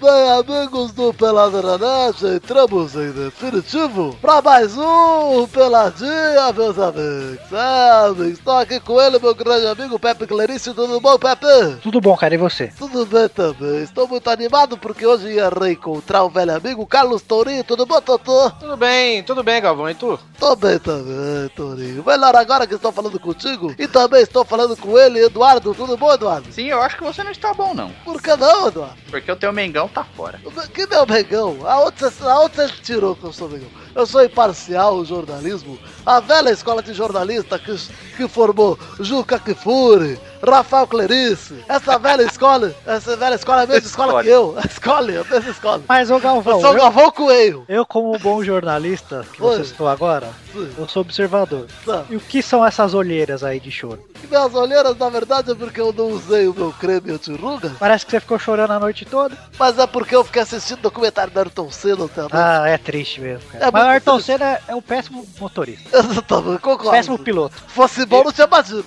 Bem, amigos do Peladranete, entramos em definitivo pra mais um Peladinha, meus amigos. É, amigos, estou aqui com ele, meu grande amigo Pepe Clarice. Tudo bom, Pepe? Tudo bom, cara, e você? Tudo bem também. Estou muito animado porque hoje ia reencontrar o velho amigo Carlos Tourinho. Tudo bom, Totô? Tudo bem, tudo bem, Galvão, e tu? Tô bem também, Tourinho. Melhor agora que estou falando contigo e também estou falando com ele, Eduardo. Tudo bom, Eduardo? Sim, eu acho que você não está bom, não. Por que não, Eduardo? Porque o teu Mengão tá fora. O meu- Que meu Mengão? Aonde você aonde você tirou que eu sou Mengão? Eu sou imparcial ao jornalismo. A velha escola de jornalista que, que formou Juca Kifuri, Rafael Clerice. Essa velha escola, essa velha escola é a mesma escola que eu. A escola, é a mesma escola. Mas, ô Galvão, Eu sou o eu- Galvão Coelho. eu, como bom jornalista que Oi. você citou agora, eu sou observador. Tá. E o que são essas olheiras aí de choro? E minhas olheiras, na verdade, é porque eu não usei o meu creme anti-rugas, Parece que você ficou chorando a noite toda. mas é porque eu fiquei assistindo documentário da Ayrton Senna até a noite. Ah, é triste mesmo, cara. Tá É Mas o muito Ayrton triste. Senna é- é um péssimo motorista. Exatamente, concordo. Péssimo piloto. Se fosse bom, não tinha batido.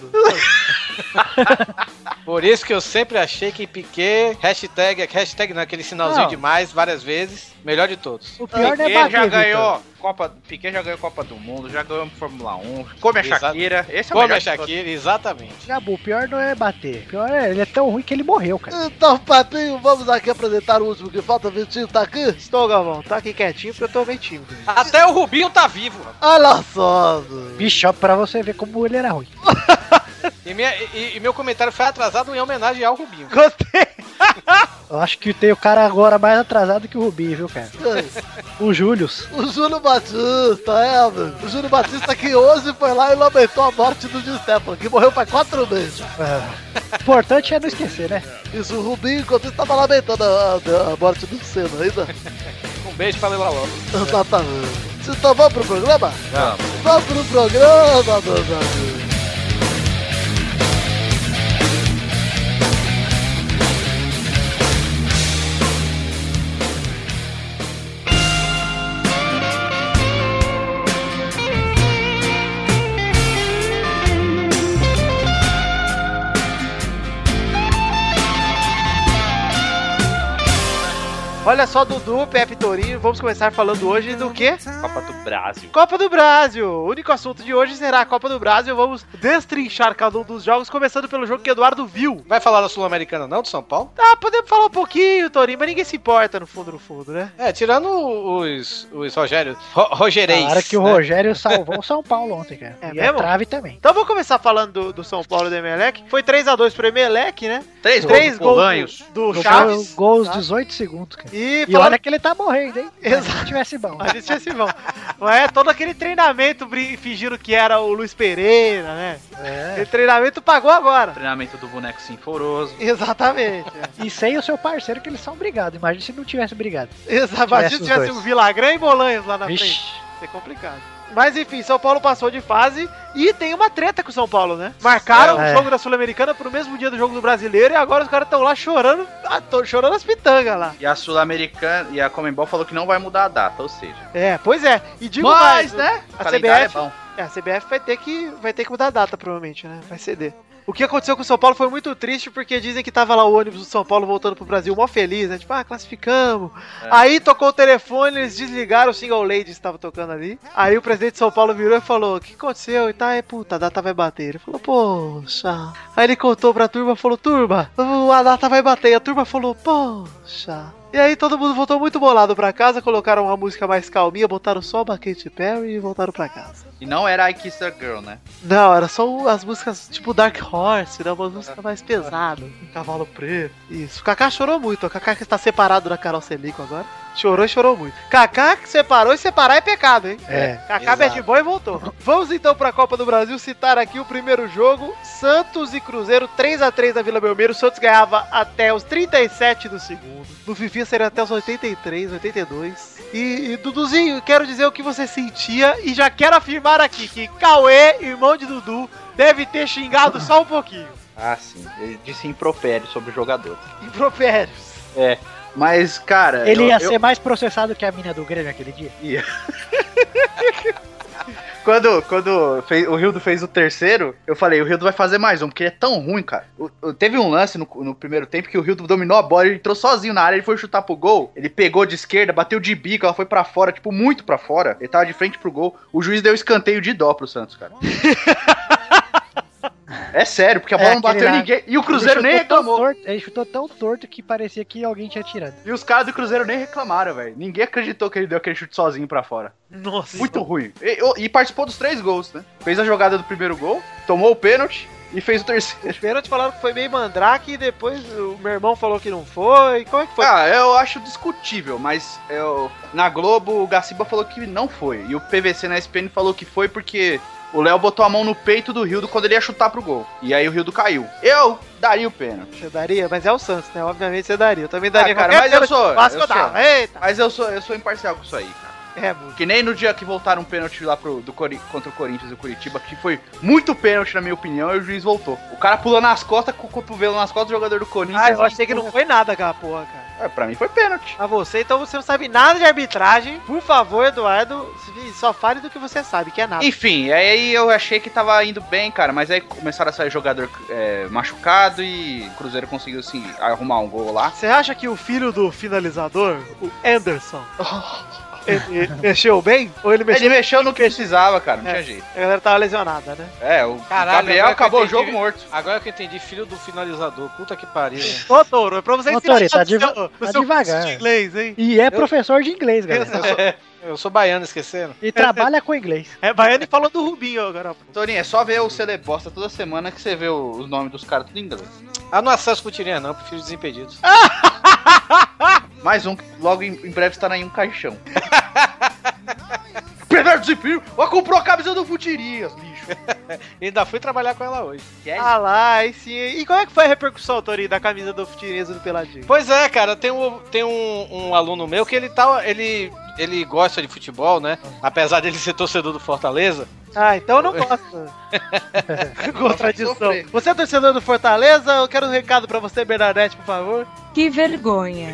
Por isso que eu sempre achei que Piquet, hashtag, hashtag não, aquele sinalzinho Não. demais, várias vezes, melhor de todos. O pior não é Piquet bater, já Vitor. ganhou Copa, Piquet já ganhou Copa do Mundo, já ganhou Fórmula 1, come a Exato. Shakira. Esse é o Como melhor a de todos. Shakira, exatamente. Gabu, o pior não é bater. O pior é ele é tão ruim que ele morreu, cara. Então, Patinho, vamos aqui apresentar o último que falta. Vitinho tá aqui? Estou, Galvão. Tá aqui quietinho porque eu tô mentindo. Até o Rubinho tá vivo. rapaz. Olha só, mano. Bicho, ó, pra você ver como ele era ruim. E, minha- e- e meu comentário foi atrasado em homenagem ao Rubinho. Gostei. Eu acho que tem o cara agora mais atrasado que o Rubinho, viu, cara? O Július. O Júlio Batista, é, mano. O Júlio Batista que hoje foi lá e lamentou a morte do Di Stefano, que morreu faz quatro meses. Ah, O importante é não esquecer, né? Isso, o Rubinho, enquanto isso, tava lamentando a, a- a morte do Senna né? ainda. Um beijo pra Leila Lopes. Exatamente. Então vamos pro programa? Vamos pro programa, meu amigo. Olha só, Dudu, Pepe Torinho. Vamos começar falando hoje do quê? Copa do Brasil. Copa do Brasil. O único assunto de hoje será a Copa do Brasil. Vamos destrinchar cada um dos jogos, começando pelo jogo que Eduardo viu. Vai falar da Sul-Americana não, do São Paulo? Ah, podemos falar um pouquinho, Torinho, mas ninguém se importa no fundo, no fundo, né? É, tirando os, os Rogério, Ro, Rogereis. Claro que o né? Rogério salvou o São Paulo ontem, cara. É e mesmo? a trave também. Então vou começar falando do, do São Paulo e do Emelec. Foi 3x2 pro Emelec, né? Três, Três gols, gols gols do, do Jogou Chaves. Gol aos tá? 18 segundos, cara. E, E falando- olha que ele tá morrendo, hein? Exato. Se tivesse bom. A gente tinha esse vão. Mas é todo aquele treinamento brin- fingindo que era o Luiz Pereira, né? É. Aquele treinamento pagou agora. Treinamento do boneco sinforoso. Exatamente. é. E sem o seu parceiro que eles são brigados. Imagina se não tivesse brigado. Exa- Imagina se os tivesse dois. o Vilagrã e Bolanhos lá na Vixe. frente. Isso é complicado. Mas enfim, São Paulo passou de fase e tem uma treta com o São Paulo, né? Marcaram É. o jogo da Sul-Americana pro mesmo dia do jogo do Brasileiro e agora os caras estão lá chorando, ah, tão chorando as pitangas lá. E a Sul-Americana e a Comembol falou que não vai mudar a data, ou seja. É, pois é. E digo Mas, mais, né? né? a O calendário CBF é bom. É, a CBF vai ter que, vai ter que mudar a data, provavelmente, né? Vai ceder. O que aconteceu com o São Paulo foi muito triste, porque dizem que tava lá o ônibus do São Paulo voltando pro Brasil, mó feliz, né? Tipo, ah, classificamos. Aí tocou o telefone, eles desligaram o single ladies que estava tocando ali. Aí o presidente de São Paulo virou e falou: O que aconteceu? E tá, é puta, a data vai bater. Ele falou: Poxa. Aí ele contou pra turma, falou: Turma, a data vai bater. E a turma falou: Poxa. E aí todo mundo voltou muito bolado pra casa, colocaram uma música mais calminha, botaram só uma Katy Perry e voltaram pra casa. E não era I Kiss a Girl, né? Não, era só o- as músicas tipo Dark Horse, né? Uma música mais pesada. assim, Cavalo Preto. Isso. O Kaká chorou muito. O Kaká que está separado da Carol Selico agora. Chorou e chorou muito. Kaká que separou e separar é pecado, hein? É. Kaká Exato. de boa e voltou. Vamos então pra Copa do Brasil citar aqui o primeiro jogo. Santos e Cruzeiro 3 x 3 na Vila Belmiro. O Santos ganhava até os 37 do segundo. No Fifinha seria até os 83, 82. E, e Duduzinho, quero dizer o que você sentia e já quero afirmar aqui que Cauê, irmão de Dudu, deve ter xingado só um pouquinho. Ah, sim. Ele disse impropério sobre os jogadores. Impropérios. Mas, cara. Ele eu- ia eu- ser mais processado que a mina do Grêmio aquele dia. Quando, quando fez- o Rildo fez o terceiro, eu falei, o Rildo vai fazer mais um, porque ele é tão ruim, cara. O- o- teve um lance no, no primeiro tempo que o Rildo dominou a bola, ele entrou sozinho na área, ele foi chutar pro gol, ele pegou de esquerda, bateu de bico, ela foi pra fora, tipo, muito pra fora. Ele tava de frente pro gol. O juiz deu escanteio de dó pro Santos, cara. é sério, porque a bola É, não bateu em aquele lá. ninguém. E o Cruzeiro Ele nem chutou tão reclamou. torto- ele chutou tão torto que parecia que alguém tinha tirado. E os caras do Cruzeiro nem reclamaram, velho. Ninguém acreditou que ele deu aquele chute sozinho pra fora. Nossa. Muito ruim. E, e participou dos três gols, né? Fez a jogada do primeiro gol, tomou o pênalti e fez o terceiro. Os pênaltis falaram que foi meio mandrake e depois o meu irmão falou que não foi. Como é que foi? Ah, eu acho discutível, mas eu, na Globo o Gaciba falou que não foi. E o PVC na SPN falou que foi porque o Léo botou a mão no peito do Rildo quando ele ia chutar pro gol. E aí o Rildo caiu. Eu daria o pênalti. Você daria? Mas é o Santos, né? Obviamente você daria. Eu também daria. Ah, cara, qualquer mas eu pênalti sou. que o Vasco eu sou. dava. Eita. Mas eu sou, eu sou imparcial com isso aí, cara. É, muito. Que nem no dia que voltaram um pênalti lá pro, do Cori- contra o Corinthians e o Curitiba, que foi muito pênalti, na minha opinião, e o juiz voltou. O cara pulando nas costas, com o cotovelo nas costas do jogador do Corinthians. Ah, eu achei que não foi nada aquela Tá porra, cara. É, pra mim foi pênalti. A você, então você não sabe nada de arbitragem. Por favor, Eduardo, só fale do que você sabe, que é nada. Enfim, aí eu achei que tava indo bem, cara, mas aí começaram a sair jogador é, machucado e o Cruzeiro conseguiu, assim, arrumar um gol lá. Você acha que o filho do finalizador, o Anderson, ele, ele mexeu bem? Ou ele mexeu? Ele mexeu no que precisava, cara, não tinha jeito. A galera tava lesionada, né? É, o É. Caralho, Gabriel agora que eu acabou o entendi. jogo morto. Agora que eu entendi, filho do finalizador. Puta que pariu. né? Ô, Toro, é pra você Ô, ensinar Toro, tá no seu- deva- no tá seu devagar. curso de inglês, hein? E é professor de inglês, galera. Eu sou baiano, esquecendo. E trabalha com inglês. É baiano e falou do Rubinho agora. pô. Torinho, é só ver o Celebosta toda semana que você vê o- os nomes dos caras tudo em inglês. Ah, não acesso com o Tirinha, não. Eu prefiro Desimpedidos. Mais um que logo em, em breve estará em um caixão. Bernardo Zipiro, ó, comprou a camisa do Futirias, lixo. Ainda fui trabalhar com ela hoje. Que é isso? Ah lá, aí sim. E como é que foi a repercussão, Tori, da camisa do Futirineza do Peladinho? Pois é, cara, tem um, tem um, um aluno meu que ele tá. Ele, ele gosta de futebol, né? Apesar dele ser torcedor do Fortaleza. Ah, então eu não gosto. Contradição. sofrer. Você é torcedor do Fortaleza? Eu quero um recado pra você, Bernadette, por favor. Que vergonha.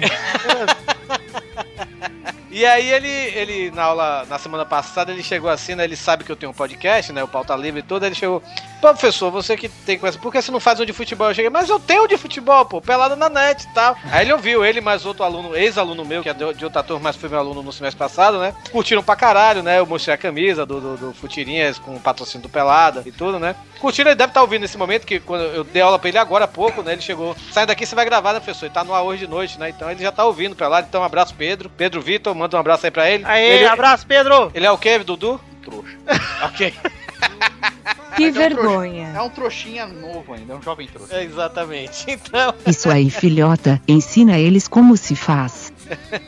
E aí ele, ele, na aula, na semana passada, ele chegou assim, né? Ele sabe que eu tenho um podcast, né? O pauta livre e tudo, ele chegou. Pô, professor, você que tem conhecimento, por que você não faz um de futebol? Eu cheguei, mas eu tenho um de futebol, pô, pelada na net e tal. Aí ele ouviu, ele mais outro aluno, ex-aluno meu, que é de de outra turma, mas foi meu aluno no semestre passado, né? Curtiram pra caralho, né? Eu mostrei a camisa do, do, do Futirinhas com o patrocínio do Pelada e tudo, né? Curtiram, ele deve estar ouvindo nesse momento, que quando eu dei aula pra ele agora há pouco, né? Ele chegou, sai daqui, você vai gravar, né, professor? E tá no ar hoje de noite, né? Então ele já tá ouvindo o Pelada, então um abraço, Pedro. Pedro Vitor, manda um abraço aí pra ele. Aê, ele, abraço, Pedro! ele é o quê, Dudu? Trouxa. ok. Que Mas é um trouxa. É vergonha. um trouxinha novo ainda, é um jovem trouxa. É, exatamente. Então, Isso aí, filhota, ensina eles como se faz. É.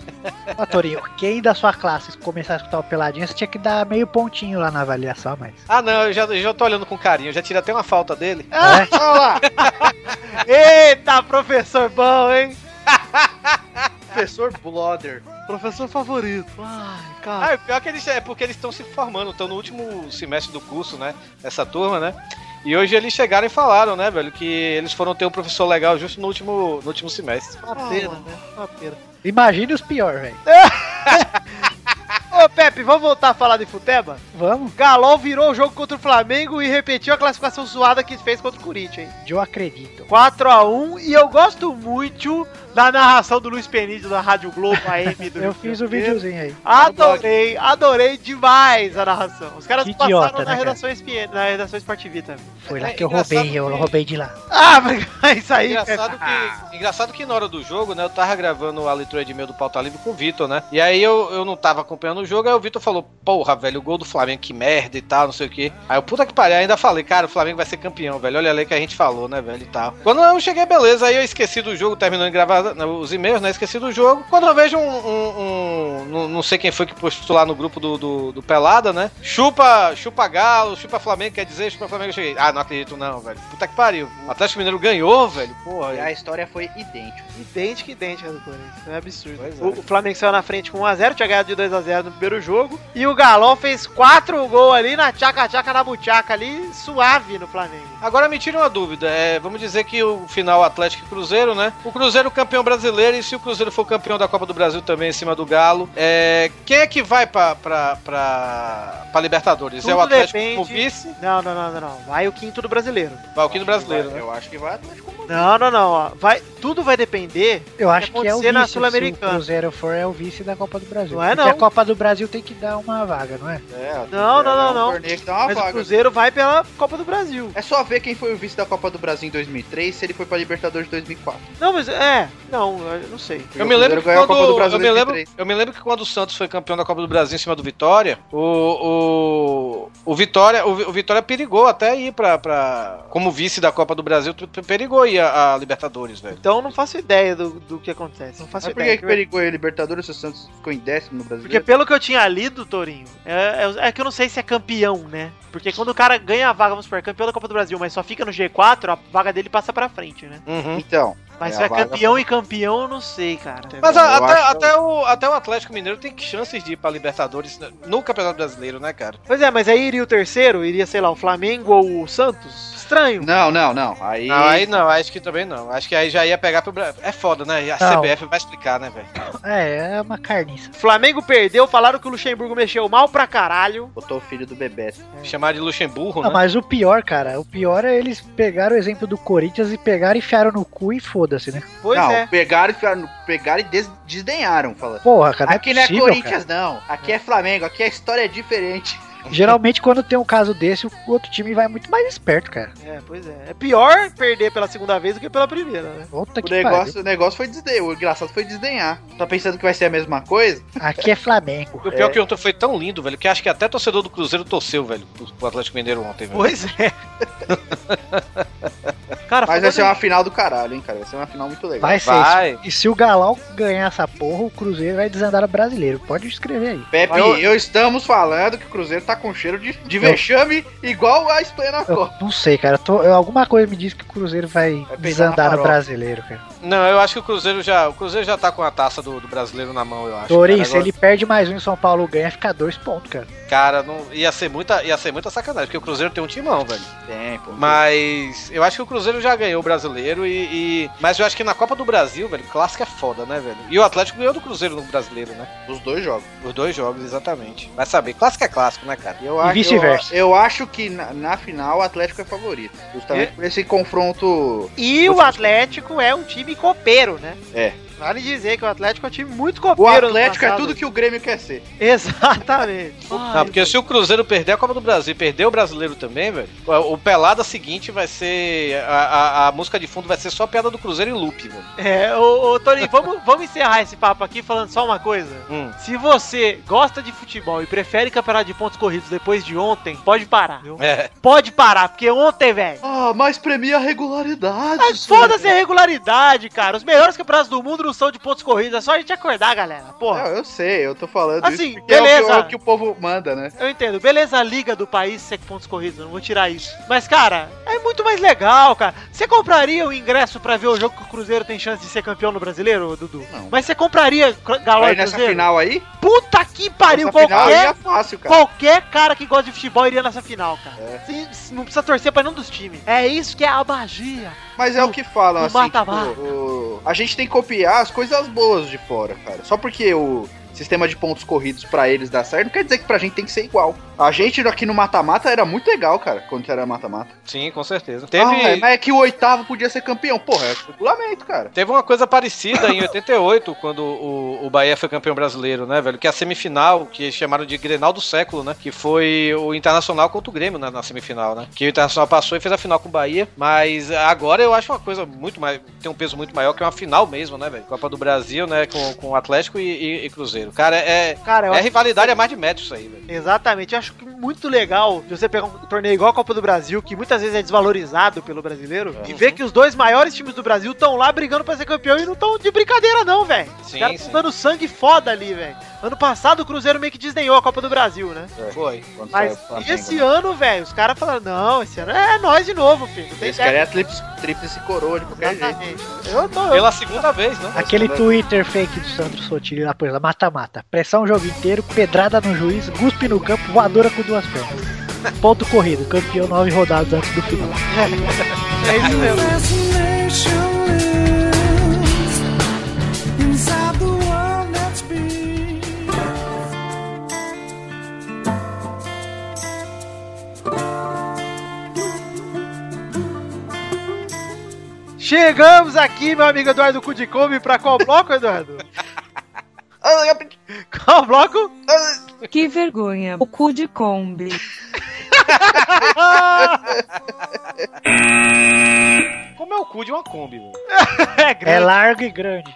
Ó, Torinho, quem da sua classe começar a escutar o Peladinha, você tinha que dar meio pontinho lá na avaliação, mas. ah não, eu já, eu já tô olhando com carinho, eu já tirei até uma falta dele. Ah. Olha lá! Eita, professor bom, hein? Professor Bloder. Professor favorito. Ai, cara. Ah, o pior é que eles é porque eles estão se formando, estão no último semestre do curso, né? Essa turma, né? E hoje eles chegaram e falaram, né, velho, que eles foram ter um professor legal justo no último, no último semestre. Uma pena, né? Uma pena. Imagine os piores, velho. Ô, Pepe, vamos voltar a falar de Futeba? Vamos, Galol virou o jogo contra o Flamengo e repetiu a classificação zoada que fez contra o Corinthians, hein? eu acredito. 4x1 e eu gosto muito da narração do Luiz Penido da Rádio Globo AM do Eu Rio fiz de o Janeiro. videozinho aí. Tá Adorei, adorei demais a narração. Os caras Que passaram idiota, né, na, cara? redação SPN, na redação Sport V também. Foi lá É que eu engraçado roubei, eu que- roubei de lá. Ah, mas é isso aí. Engraçado que, engraçado que na hora do jogo, né, eu tava gravando a leitura de e-mail do Pauta Livre com o Vitor, né? E aí eu, eu não tava acompanhando o jogo, aí o Vitor falou, porra, velho, o gol do Flamengo, que merda e tal, não sei o quê. Aí eu, puta que pariu, aí ainda falei, cara, o Flamengo vai ser campeão, velho, olha a lei que a gente falou, né, velho, e tal. Quando eu cheguei, beleza, aí eu esqueci do jogo, terminando de gravar né, os e-mails, né, esqueci do jogo. Quando eu vejo um, um- um- não- não sei quem foi que postou lá no grupo do, do, do Pelada, né, chupa, chupa Galo, chupa Flamengo, quer dizer, chupa Flamengo, eu cheguei, ah, não acredito não, velho, puta que pariu. O Atlético Mineiro ganhou, velho, porra, a história foi idêntica. Idêntica, idêntica do Corinthians. É um absurdo. Pois é. O, o Flamengo saiu na frente com 1x0, tinha ganhado de 2x0 no primeiro primeiro jogo. E o Galol fez quatro gols ali na tchaca-tchaca na buchaca ali, suave no Flamengo. Agora me tira uma dúvida. é, vamos dizer que o final Atlético e Cruzeiro, né? O Cruzeiro campeão brasileiro e se o Cruzeiro for campeão da Copa do Brasil também em cima do Galo, é, quem é que vai pra, pra, pra, pra Libertadores? é o Tudo Atlético depende. com o vice? Não, não, não, não, não. Vai o quinto do brasileiro. Vai o quinto brasileiro, né? Eu acho que vai Atlético Mineiro. Não, não, não. ó. Vai, tudo vai depender. Eu acho que é o acontecer vice. na Se o Sul-Americana. Cruzeiro for, é o vice da Copa do Brasil. Não é, Porque não. a Copa do Brasil tem que dar uma vaga, não é? É, Não, não, não, é um não. torneio que dá uma Mas o vaga. Cruzeiro vai pela Copa do Brasil. É só ver quem foi o vice da Copa do Brasil em 2003 se ele foi pra Libertadores em 2004. Não, mas é. Não, eu não sei. Porque Eu o me, Cruzeiro lembro que ganhou a quando, Copa do Brasil eu, me em lembro, 2003. eu me lembro que quando o Santos foi campeão da Copa do Brasil em cima do Vitória, o, o, o Vitória o, Vi- o Vitória perigou até ir pra, pra. Como vice da Copa do Brasil, tu- tu perigou ir a, a Libertadores, velho. Então não faço ideia do, do que acontece. Não faço Mas por ideia. que, que perigou a Libertadores se o Santos ficou em décimo no Brasil? Porque pelo que eu tinha lido, Torinho, é, é- é que eu não sei se é campeão, né? Porque quando o cara ganha a vaga, vamos supor, é campeão da Copa do Brasil, mas só fica no G4, a vaga dele passa pra frente, né? Uhum. Então, Mas É, se a é vaga- campeão e campeão, eu não sei, cara. Mas a- Eu até, acho- é até o, até o Atlético Mineiro tem chances de ir pra Libertadores no Campeonato Brasileiro, né, cara? Pois é, mas aí iria o terceiro, iria, sei lá, o Flamengo ou o Santos? Estranho. não, não, não. Aí, Não, aí não, acho que também não. Acho que aí já ia pegar pro Brasil. É foda, né? A Não. CBF vai explicar, né, velho? É, é uma carniça. Flamengo perdeu, falaram que o Luxemburgo mexeu mal pra caralho. botou o filho do Bebeto. Chamar de Luxemburgo, Não, né? Ah, mas o pior, cara, o pior é eles pegaram o exemplo do Corinthians e pegaram, enfiaram no cu e foda-se, né? Pois não, é. pegaram, e ficaram- pegaram e des- desdenharam, falando. Porra, cara, não Aqui é não é possível, Corinthians, não. Aqui é Flamengo, aqui a história é diferente. cara. Geralmente, quando tem um caso desse, o outro time vai muito mais esperto, cara. É, pois é. É pior perder pela segunda vez do que pela primeira, né? Puta O que pariu. negócio, o negócio foi desdenhar. O engraçado foi desdenhar. Tá pensando que vai ser a mesma coisa? Aqui é Flamengo. E O pior é que ontem foi tão lindo, velho, que acho que até torcedor do Cruzeiro torceu, velho, pro, pro Atlético Mineiro ontem, velho. Pois é. cara, Mas vai ser foda-se. uma final do caralho, hein, cara. Vai ser uma final muito legal. Vai ser. Vai. isso. E se o Galal ganhar essa porra, o Cruzeiro vai desandar o brasileiro. Pode escrever aí. Pepe, Mas eu- eu... estamos falando que o Cruzeiro tá com cheiro de, de vexame igual a Espanha na Eu Copa. não sei, cara. eu tô- eu- alguma coisa me diz que o Cruzeiro vai Vai pisar na desandar no farofa. brasileiro, cara. Não, eu acho que o Cruzeiro já, o Cruzeiro já tá com a taça do, do brasileiro na mão, eu acho. Torinho, cara. se ele perde mais um e São Paulo ganha, fica dois pontos, cara. Cara, não, ia ser muita, ia ser muita sacanagem, porque o Cruzeiro tem um timão, velho. Tempo. Mas eu acho que o Cruzeiro já ganhou o brasileiro e, e- mas eu acho que na Copa do Brasil, velho, clássico é foda, né, velho? E o Atlético ganhou do Cruzeiro no brasileiro, né? Os dois jogos. Os dois jogos, exatamente. Vai saber, clássico é clássico, né, cara? Eu acho- vice-versa. Eu, eu acho que na, na final o Atlético é favorito. Justamente por esse confronto. E o Atlético é um time copeiro, né? É. Vale dizer que o Atlético é um time muito O copeiro. ano Atlético é passado. tudo que o Grêmio quer ser. Exatamente. Não, porque se o Cruzeiro perder a Copa do Brasil e perder o brasileiro também, velho, o o pelada seguinte vai ser. A, a- a música de fundo vai ser só piada do Cruzeiro e loop, velho. É, ô, ô Torinho, vamos, vamos encerrar esse papo aqui falando só uma coisa. Hum. Se você gosta de futebol e prefere campeonato de pontos corridos depois de ontem, pode parar. viu? É. Pode parar, porque ontem, velho. Ah, mas premia a regularidade. Mas foda-se a regularidade, cara. Os melhores campeonatos do mundo não são de pontos corridos. É só a gente acordar, galera. Não, Porra. eu sei, eu tô falando Assim, porque é o que- beleza. É o, que, o povo manda, né? Eu entendo, beleza a liga do país ser com pontos corridos, eu não vou tirar isso. Mas, cara, é muito mais legal, cara. Você compraria o ingresso pra ver o jogo que o Cruzeiro tem chance de ser campeão no brasileiro, Dudu? Não. Mas você compraria Cru- Galo e Aí nessa Cruzeiro? final aí, Puta que pariu, nessa final aí é qualquer, fácil, cara. qualquer cara que gosta de futebol iria nessa final, cara. É. Se- se- Não precisa torcer pra nenhum dos times. É isso que é a magia. Mas é o que falam, O assim, mata-mata. tipo, o- a gente tem que copiar as coisas boas de fora, cara. Só porque o sistema de pontos corridos pra eles dá certo, não quer dizer que pra gente tem que ser igual. A gente aqui no mata-mata era muito legal, cara, quando era mata-mata. Sim, com certeza. Ah, Teve, mas é que o oitavo podia ser campeão. Porra, é regulamento, cara. teve uma coisa parecida em 88, quando o, o Bahia foi campeão brasileiro, né, velho? Que a semifinal, que chamaram de Grenal do século, né? Que foi o Internacional contra o Grêmio né, na semifinal, né? Que o Internacional passou e fez a final com o Bahia. Mas agora eu acho uma coisa muito mais. Tem um peso muito maior que uma final mesmo, né, velho? Copa do Brasil, né? Com, com Atlético e, e- e Cruzeiro. Cara, é, Cara, eu É acho- rivalidade a mais de metros isso aí, velho. Exatamente, eu acho que muito legal de você pegar um torneio igual a Copa do Brasil, que muitas vezes é desvalorizado pelo brasileiro, e ver que os dois maiores times do Brasil estão lá brigando pra ser campeão e não estão de brincadeira, não, velho. Os Sim, caras sim. estão dando sangue foda ali, velho. Ano passado o Cruzeiro meio que desdenhou a Copa do Brasil, né? Foi. Quando saiu Mas o Flamengo, esse né? ano, velho, os caras falaram, não, esse ano é nós de novo, filho. Não tem Esse cara ideia. é tríplice- tríplice coroa de qualquer jeito. Exatamente. é, Eu tô, eu Pela segunda vez, né? Aquele Mas- Twitter fake do Sandro Sotilho lá, pois lá, mata-mata. Pressão o jogo inteiro, pedrada no juiz, guspe no campo, voadora com duas pernas. Ponto corrido, campeão nove rodadas antes do final. É isso mesmo. Chegamos aqui, meu amigo Eduardo Cudicombe, pra qual bloco, Eduardo? Ah, qual bloco? Que vergonha. O cu de Kombi. ah, Como é o cu de uma Kombi, velho? É É largo e grande,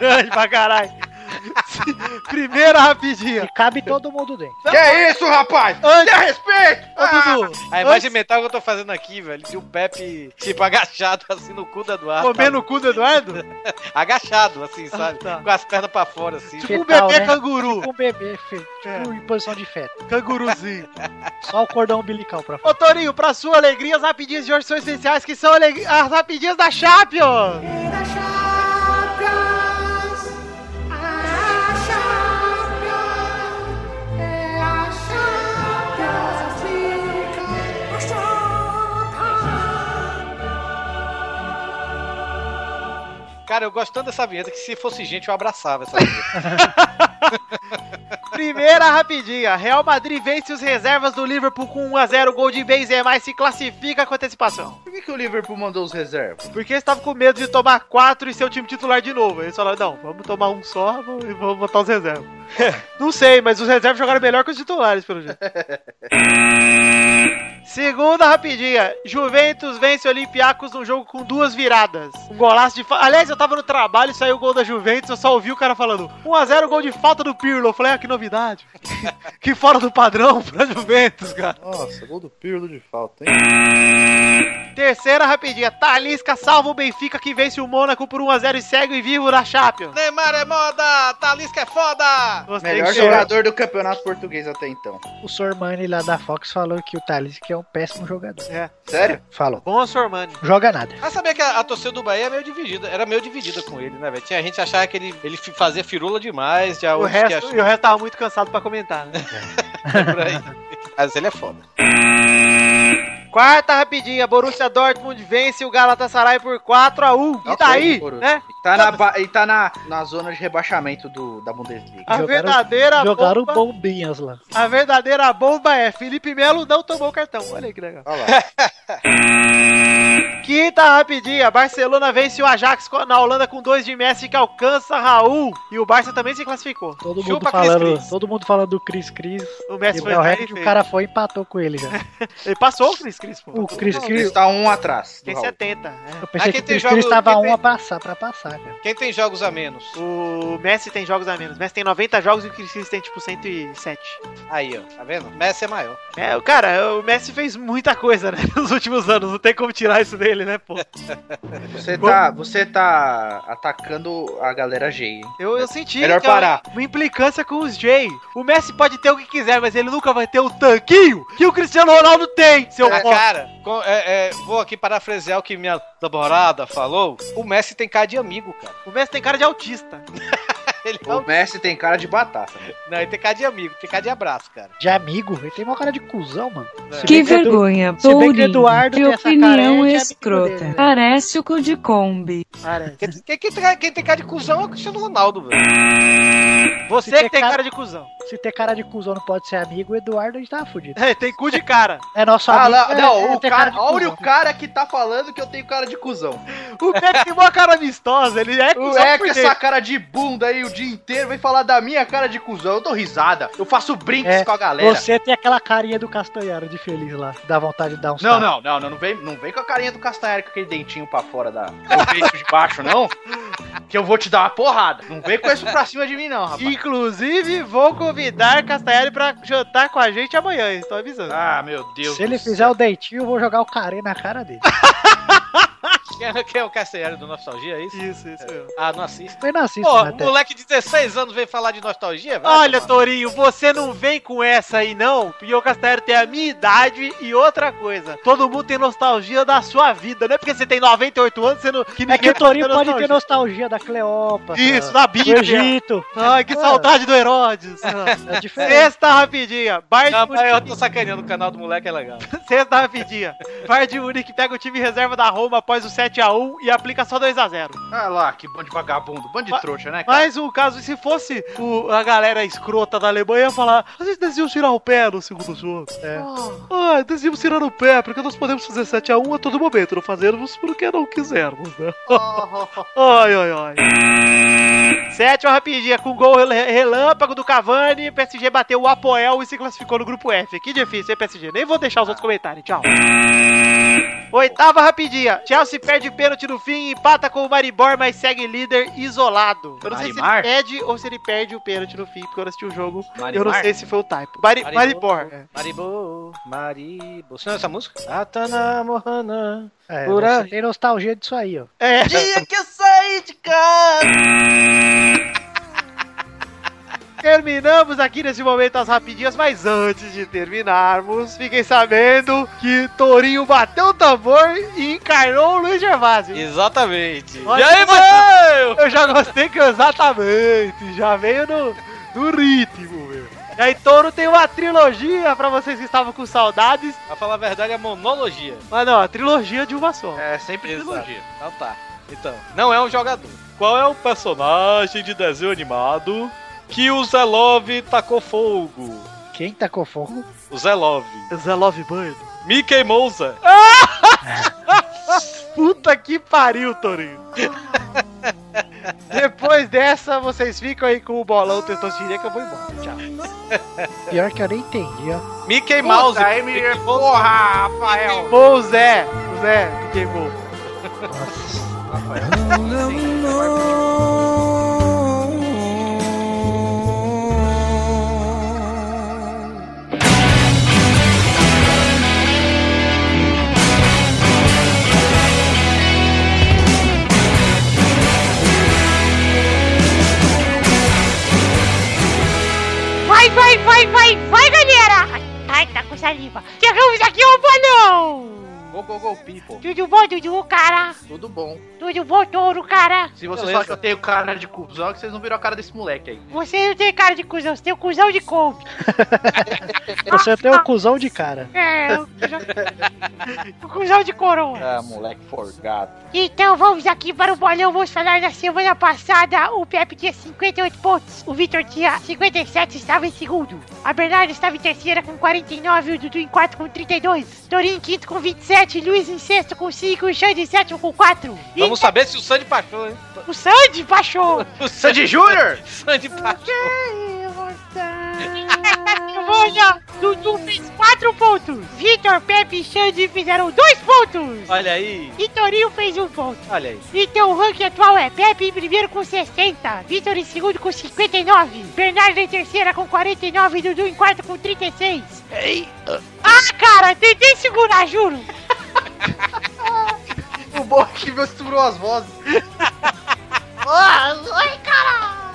grande pra caralho. Primeira rapidinha. Tá, e cabe todo mundo dentro. Que é isso, rapaz? Antes, Respeito! ô, Dudu, A imagem Antes- mental que eu tô fazendo aqui, velho, de um Pepe, tipo, agachado, assim, no cu tá. da Eduardo. comendo o cu do Eduardo? Agachado, assim, sabe? tá. Com as pernas pra fora, assim. Tipo um Fetal, bebê né? É. canguru. Um bebê, filho, tipo, em posição de feto. Canguruzinho. Só o cordão umbilical pra fora. Ô Torinho, pra sua alegria, as rapidinhas de hoje são essenciais, que são aleg- as rapidinhas da Chape, ó. Cara, eu gosto tanto dessa vinheta que se fosse gente eu abraçava essa vinheta. Primeira rapidinha. Real Madrid vence os reservas do Liverpool com 1x0. Gol de Benzema e se classifica com antecipação. Por que, que o Liverpool mandou os reservas? Porque eles estavam com medo de tomar 4 e ser o time titular de novo. Eles falaram, não, vamos tomar um só e vamos botar os reservas. não sei, mas os reservas jogaram melhor que os titulares, pelo jeito. Segunda rapidinha. Juventus vence o Olympiacos num jogo com duas viradas. Um golaço de... fa- Aliás, eu tava no trabalho e saiu o gol da Juventus, eu só ouvi o cara falando 1x0 gol de falta do Pirlo. Eu falei, ah, que novidade. que fora do padrão pra Juventus, cara. Nossa, gol do Pirlo de falta, hein? Terceira rapidinha, Talisca salva o Benfica que vence o Mônaco por 1x0 e segue vivo na Champions. Neymar é moda! Talisca é foda! Gostei Melhor que- jogador do campeonato português até então. O Sormani lá da Fox falou que o Thales que é um péssimo jogador. Sério? Falou. Bom a Sormani. Joga nada. Mas Ah, sabia que a, a torcida do Bahia é meio dividida, era meio dividida com ele, né, velho? Tinha gente que achava que ele, ele fi- fazia firula demais, já O outros que resto, achavam e o resto tava muito cansado pra comentar. Né? por aí. Mas ele é foda. Quarta rapidinha, Borussia Dortmund vence o Galatasaray por 4x1. E Ok, daí, Tá Borussia. né? E tá na, ba- e tá na, na zona de rebaixamento do, da Bundesliga. A Jogaram- verdadeira Ah, Jogaram bomba, bombinhas lá. a verdadeira bomba é Felipe Melo não tomou cartão. Olha aí que legal. Olha lá. Quinta rapidinha, Barcelona vence o Ajax co- na Holanda com 2 de Messi que alcança Raul. E o Barça também se classificou. Todo Chupa, mundo Cris, falando, Cris. todo mundo falando do Cris Cris. O E Messi o lá e Reck, o fez. cara foi e empatou com ele já. Ele passou o Cris Cris, pô. O Cris Ele Cris, está um atrás. do Tem Raul. 70. né? eu pensei quem que o tem Cris jogo- Cris tava quem um tem- a passar pra passar, cara. Quem tem jogos a menos? O Messi tem jogos a menos. O Messi tem 90 jogos e o Chris Chris tem tipo 107. Aí, ó, tá vendo? Messi é maior. É, o cara, o Messi fez muita coisa, né? Nos últimos anos. Não tem como tirar isso dele, né, pô? Você tá, você tá atacando a galera G, hein? Eu, eu senti Melhor que é uma- parar. uma implicância com os Jay. O Messi pode ter o que quiser, mas ele nunca vai ter o tanquinho que o Cristiano Ronaldo tem, seu Ah, pó. cara, com- é- é, vou aqui parafrasear o que minha namorada falou. O Messi tem cara de amigo, cara. O Messi tem cara de autista. Ele é O um- Messi tem cara de batata. Não, ele tem cara de amigo, tem cara de abraço, cara. De amigo, ele tem uma cara de cuzão, mano. Se bem é Que do- vergonha, se bem que o Tourinho. Eduardo Que tem essa opinião careca, é amigo dele, escrota. né? Parece o cu de Kombi. Quem, é. quem- quem tem- quem tem cara de cuzão é o Cristiano Ronaldo, velho. Você Se que tem pecar- cara de cuzão. Se ter cara de cuzão não pode ser amigo, o Eduardo a gente tava fudido. É, tem cu de cara. É nosso Ah, amigo. lá, é- não, é o ter cara, de olha o cuzão. cara que tá falando que eu tenho cara de cuzão. O Messi tem uma cara amistosa. Ele é O cuzão é por que dentro. essa cara de bunda aí o dia inteiro vem falar da minha cara de cuzão. Eu dou risada. Eu faço brinques É, com a galera. Você tem aquela carinha do Castanharo de feliz lá. Dá vontade de dar um Não, tapa. não, não, não, não vem, não vem com a carinha do Castanheira com aquele dentinho pra fora da, do peito de baixo, não. que eu vou te dar uma porrada. Não vem com isso pra cima de mim, não, rapaz. Inclusive, vou convidar Castanhari pra jantar com a gente amanhã, hein? tô avisando. Ah, meu Deus. Se ele do céu. fizer o deitinho, eu vou jogar o carê na cara dele. Quem é, quem é o Castanheiro do Nostalgia, é isso? Isso, isso mesmo. Ah, não assiste. Eu não assisto, Pô, né, até. moleque de 16 anos veio falar de nostalgia? Vai Olha, tomar. Torinho, você não vem com essa aí, não. Porque o Castanheiro tem a minha idade e outra coisa. Todo mundo tem nostalgia da sua vida. Não é porque você tem 98 anos, você não. tá É que o Torinho pode ter nostalgia. nostalgia da Cleópatra. Isso, né? da do Bíblia. Egito. Ai, que É, saudade do Herodes. É diferente. Sexta rapidinha. Bar de Não, mas eu Munique. tô sacaneando, o canal do moleque é legal. Sexta rapidinha. Bar de Munique pega o time reserva da Roma após o 7x1 e aplica só 2x0. Ah lá, que bando de vagabundo, bando de Ma- trouxa, né, cara? Mas o caso, se fosse o- a galera escrota da Alemanha, ia falar: a gente decidiu tirar o pé no segundo jogo. É. Ah, decidimos tirar o pé, porque nós podemos fazer 7x1 a, todo momento, não fazermos porque não quisermos, né? ai, ai, ai. Sétima rapidinha, com gol rel- relâmpago do Cavani, PSG bateu o Apoel e se classificou no grupo F. Que difícil, hein, PSG? Nem vou deixar os outros comentarem, tchau. Oitava rapidinha, Chelsea perde pênalti no fim, empata com o Maribor, mas segue líder isolado. Eu não sei Marimar? se ele perde ou se ele perde o pênalti no fim, porque eu não assisti o jogo, eu não Marimar? sei se foi o typo. Mari- Maribor. Maribor. é. Maribo, Maribo. Você não é essa música? Atana Mohana. É, Por você aí. tem nostalgia disso aí, ó. É. Dia que eu saí de casa. Terminamos aqui nesse momento as rapidinhas, mas antes de terminarmos, fiquem sabendo que Torinho bateu o tambor e encarnou o Luiz Gervásio. Exatamente. Olha e aí, que mano? Eu já gostei que eu exatamente, já veio no, no ritmo, meu. E aí, Touro tem uma trilogia pra vocês que estavam com saudades, Pra falar a verdade, é monologia. mas não, a trilogia de uma só. É sempre trilogia. Então tá. Então, não é um jogador. Qual é o personagem de desenho animado que o Zé Love tacou fogo? Quem tá com fogo? O Zé Love. Zé Love Bird. Mickey Mousa. Puta que pariu, Torinho. Depois dessa, vocês ficam aí com o bolão testosterinha que eu vou embora. Tchau. Pior que eu nem entendi, ó. Mickey Mouse. Mouse, aí me porra, Rafael. Queimou o Zé. O Zé me queimou. Vai, vai, vai, vai, vai, galera! Ai, tá com saliva. Chegamos aqui ao balão! Go, go, go, people. Tudo bom, Dudu, cara? Tudo bom. Tudo bom, touro, cara? Se vocês Beleza. falam que eu tenho cara de cuzão, é que vocês não viram a cara desse moleque aí. Você não tem cara de cuzão, você tem um cuzão de couve. Você tem um cuzão de cara. É, um cuzão, um cuzão de coroa. Ah, moleque forgado. Então vamos aqui para o bolão. Vamos falar da semana passada. O Pepe tinha 58 pontos, o Vitor tinha 57 e estava em segundo. A Bernarda estava em terceira com 49, o Dudu em quarto com 32. Torinho em quinto com 27, Luiz em sexto com 5 e o Xande em sétimo com 4. E Vamos saber se o Sandy passou, hein? o Sandy baixou. O Sandy, Sandy Júnior! Sandy passou. Olha, Dudu fez 4 pontos. Vitor, Pepe e Xande fizeram 2 pontos. Olha aí. E Torinho fez 1 um ponto. Olha aí. Então o ranking atual é Pepe em primeiro com 60, Vitor em segundo com 59, Bernardo em terceira com 49 e Dudu em quarto com 36. Ah, cara, tentei segurar, ah, juro. O bom é que misturou as vozes.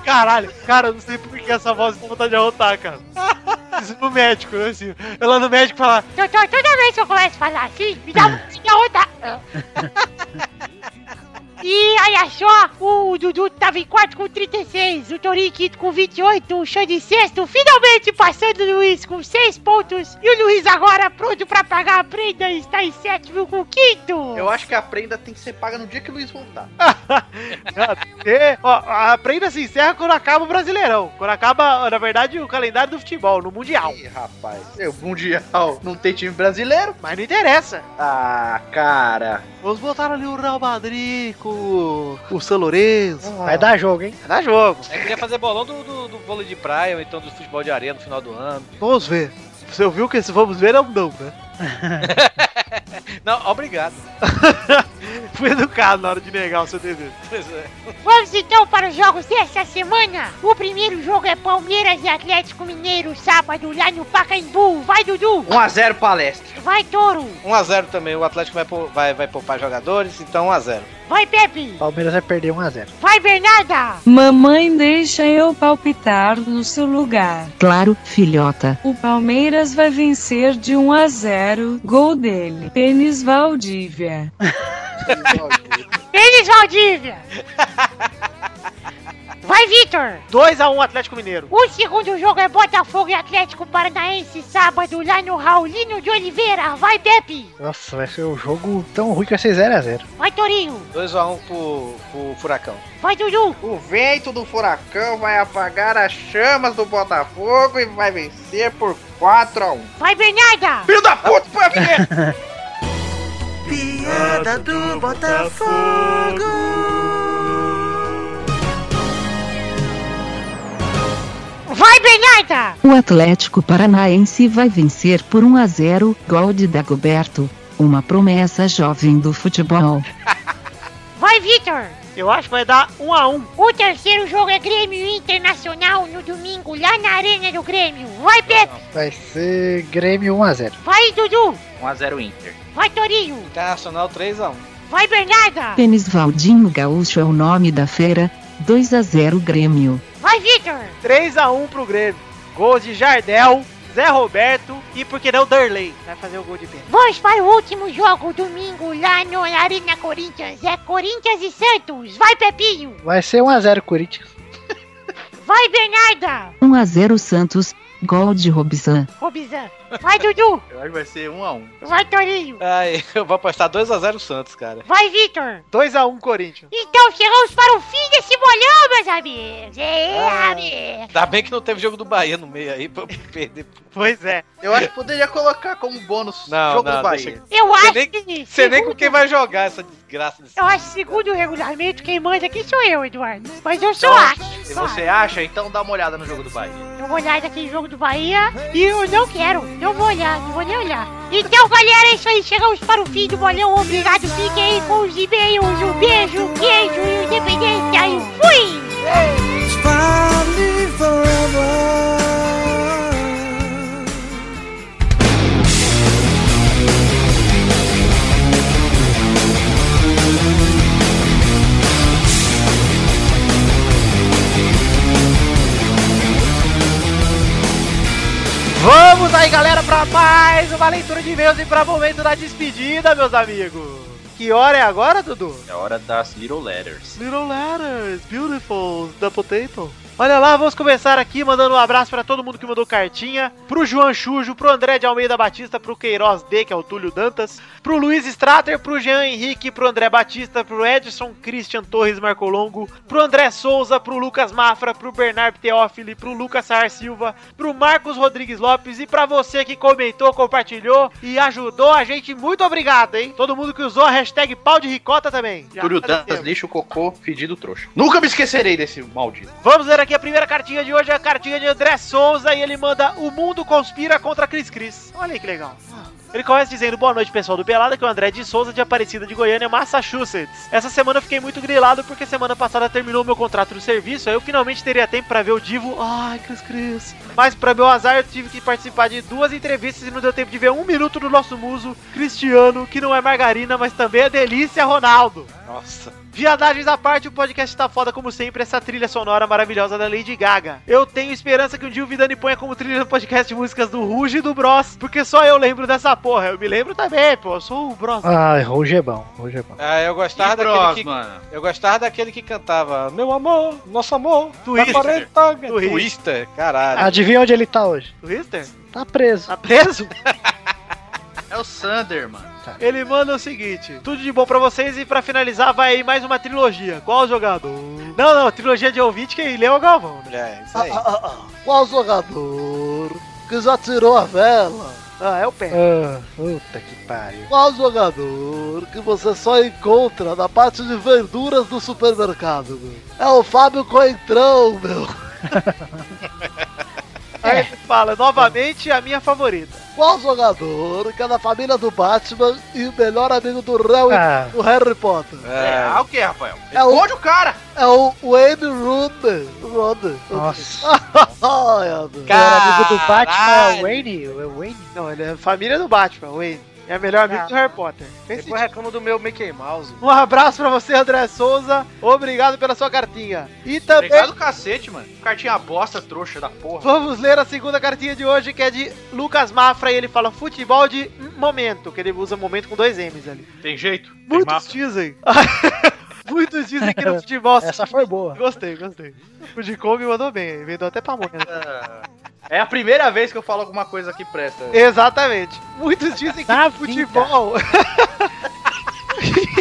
Caralho, cara, eu não sei por que essa voz tem vontade de arrotar, cara. Isso no médico, né, assim. Eu lá no médico falar, Doutor, Então, toda vez que eu começo a falar assim, me dá uma outra. E olha só, o Dudu tava em quarto com 36, o Torinho em quinto com 28, o Xande em sexto, finalmente passando o Luiz com 6 pontos. E o Luiz agora pronto pra pagar a prenda e está em sétimo com o quinto. Eu acho que a prenda tem que ser paga no dia que o Luiz voltar. "É, ó, a prenda se encerra quando acaba o Brasileirão. Quando acaba, na verdade, o calendário do futebol, no Mundial. Ih, rapaz. É o Mundial. Não tem time brasileiro? Mas não interessa. Ah, cara. Vamos botar ali o Real Madrid com Ah. o- o São Lourenço. Vai dar jogo, hein? Vai dar jogo. Eu É, queria fazer bolão do, do, do vôlei de praia, ou então do futebol de areia no final do ano. Vamos ver. Você ouviu que esse vamos ver é um não, né? Não, obrigado. fui educado na hora de negar o seu desejo. Pois é. Vamos então para os jogos dessa semana. O primeiro jogo é Palmeiras e Atlético Mineiro, sábado, lá no Pacaembu. Vai, Dudu! 1x0 palestra. Vai, Toro! 1x0 também, o Atlético vai, pou- vai, vai poupar jogadores, então 1x0. Vai, Pepe! Palmeiras vai perder 1x0. Vai, Bernarda! Mamãe deixa eu palpitar no seu lugar. Claro, filhota. O Palmeiras vai vencer de 1 a 0. Gol dele. Pênis Valdívia. Denis Valdívia! Vai, Vitor! 2x1 Atlético Mineiro. O segundo jogo é Botafogo e Atlético Paranaense, sábado, lá no Raulino de Oliveira. Vai, Pepe! Nossa, vai ser um jogo tão ruim que vai ser 0x0. Vai, Torinho! 2x1 pro, pro Furacão. Vai, Dudu! O vento do furacão vai apagar as chamas do Botafogo e vai vencer por 4x1. Vai, Bernarda! Filho da puta, foi a minha! Vai, Bernarda! O Atlético Paranaense vai vencer por 1 a 0, gol de Dagoberto, uma promessa jovem do futebol. Vai, Vitor! Eu acho que vai dar 1x1. O terceiro jogo é Grêmio e Internacional no domingo, lá na Arena do Grêmio. Vai, Pepe! Vai ser Grêmio 1x0. Vai, Dudu! 1x0 Inter. Vai, Torinho! Internacional 3x1. Vai, Bernarda! Pênis Valdinho Gaúcho é o nome da feira. 2 a 0 Grêmio. Vai, Vitor! 3x1 pro Grêmio. Gols de Jardel, Zé Roberto e, por que não, Derley. Vai fazer o gol de pênalti. Vamos para o último jogo, domingo, lá no Arena Corinthians. É Corinthians e Santos. Vai, Pepinho! Vai ser 1x0 Corinthians. Vai, Bernarda! 1 a 0 Santos, gol de Robson. Robizan! Vai, Dudu! Eu acho que vai ser 1x1. Vai, Torinho! Ai, eu vou apostar 2x0 Santos, cara. Vai, Vitor! 2x1 Corinthians. Então chegamos para o fim desse bolão, meus amigos! É, Ah. amigos! Ainda bem que não teve jogo do Bahia no meio aí pra eu perder. Pois é. Eu acho que poderia colocar como bônus Não, jogo não, do Bahia. deixa- Eu Você acho nem- que. Sei nem com segundo- quem vai jogar essa desgraça. Desse... Eu acho que, segundo o regulamento, quem manda aqui sou eu, Eduardo. Mas eu só Então, acho. Se só você acha, então dá uma olhada no jogo do Bahia. Eu vou olhar daquele jogo do Bahia e eu não quero. Não vou olhar, não vou nem olhar. Então, galera, é isso aí. Chegamos para o fim do bolão. Obrigado. Fiquem aí com os e-mails. Um beijo, um queijo e independência. E fui! Vamos aí, galera, pra mais uma leitura de e-mails e pra momento da despedida, meus amigos. Que hora é agora, Dudu? É hora das Little Letters. Little letters, beautiful, da potato. Olha lá, vamos começar aqui mandando um abraço pra todo mundo que mandou cartinha, pro João Chujo, pro André de Almeida Batista, pro Queiroz D, que é o Túlio Dantas, pro Luiz Strater, pro Jean Henrique, pro André Batista, pro Edson Christian Torres Marcolongo, pro André Souza, pro Lucas Mafra, pro Bernardo Teófili, pro Lucas Sar Silva, pro Marcos Rodrigues Lopes e pra você que comentou, compartilhou e ajudou a gente, muito obrigado, hein? Todo mundo que usou a hashtag pau de ricota também. Já Túlio agradecemos. Dantas, lixo, cocô, fedido, trouxa. Nunca me esquecerei desse maldito. Vamos ler aqui a primeira cartinha de hoje, é a cartinha de André Souza, e ele manda O Mundo Conspira contra Cris Cris. Olha aí que legal. Ele começa dizendo boa noite, pessoal do Pelada, que é o André de Souza, de Aparecida de Goiânia, Massachusetts. Essa semana eu fiquei muito grilado porque semana passada terminou meu contrato do serviço, aí eu finalmente teria tempo pra ver o Divo. Ai, Cris Cris. Mas pra meu azar, eu tive que participar de duas entrevistas e não deu tempo de ver um minuto do nosso muso, Cristiano, que não é margarina, mas também é delícia, Ronaldo. Nossa. Viadagens à parte, o podcast tá foda como sempre, essa trilha sonora maravilhosa da Lady Gaga. Eu tenho esperança que um dia o Vidani ponha como trilha do podcast músicas do Ruge e do Bros, porque só eu lembro dessa porra. Eu me lembro também, pô, eu sou o Bros. Ah, Ruge é bom. Ruge é bom. Ah, eu gostava Tá daquele que mano. Eu gostava daquele que cantava Meu amor, nosso amor, Twister. tá Ah, 40 Twister. Twister, caralho. Adivinha onde ele tá hoje? Twister? Tá preso. Tá preso? Tá. É o Sander, mano. Ele manda o seguinte: tudo de bom pra vocês e pra finalizar vai aí mais uma trilogia. Qual jogador? Não, não, trilogia de ouvinte que leu é o Galvão, né? É, isso Ah, aí. ah, ah, ah. Qual jogador que já tirou a vela? Ah, é o pé. Ah, puta que pariu. Qual jogador que você só encontra na parte de verduras do supermercado, meu? É o Fábio Coentrão, meu. Aí ele fala novamente a minha favorita. Qual jogador que é da família do Batman e o melhor amigo do Harry, Ah. do Harry Potter? É. Ah, o que, Rafael? É o- Onde o cara? É o Wayne Rooney. Rooney. Nossa. Olha, meu. Ele era amigo do Batman, Caralho. é o Wayne? É o Wayne? Não, ele é família do Batman, Wayne. É o melhor amigo do Harry Potter. Fez Tá. Depois reclama do meu Mickey Mouse. Um abraço pra você, André Souza. Obrigado pela sua cartinha. E também Obrigado, cacete, mano. Cartinha bosta, trouxa da porra. vamos ler a segunda cartinha de hoje, que é de Lucas Mafra, e ele fala futebol de momento, que ele usa momento com dois M's ali. Tem jeito? Tem Muitos mapa? dizem. Muitos dizem que no É, futebol. Essa foi boa. Gostei, gostei. O de me mandou bem, vendeu até pamonha. né? É a primeira vez que eu falo alguma coisa que presta. Exatamente. Muitos dizem que Na no futebol.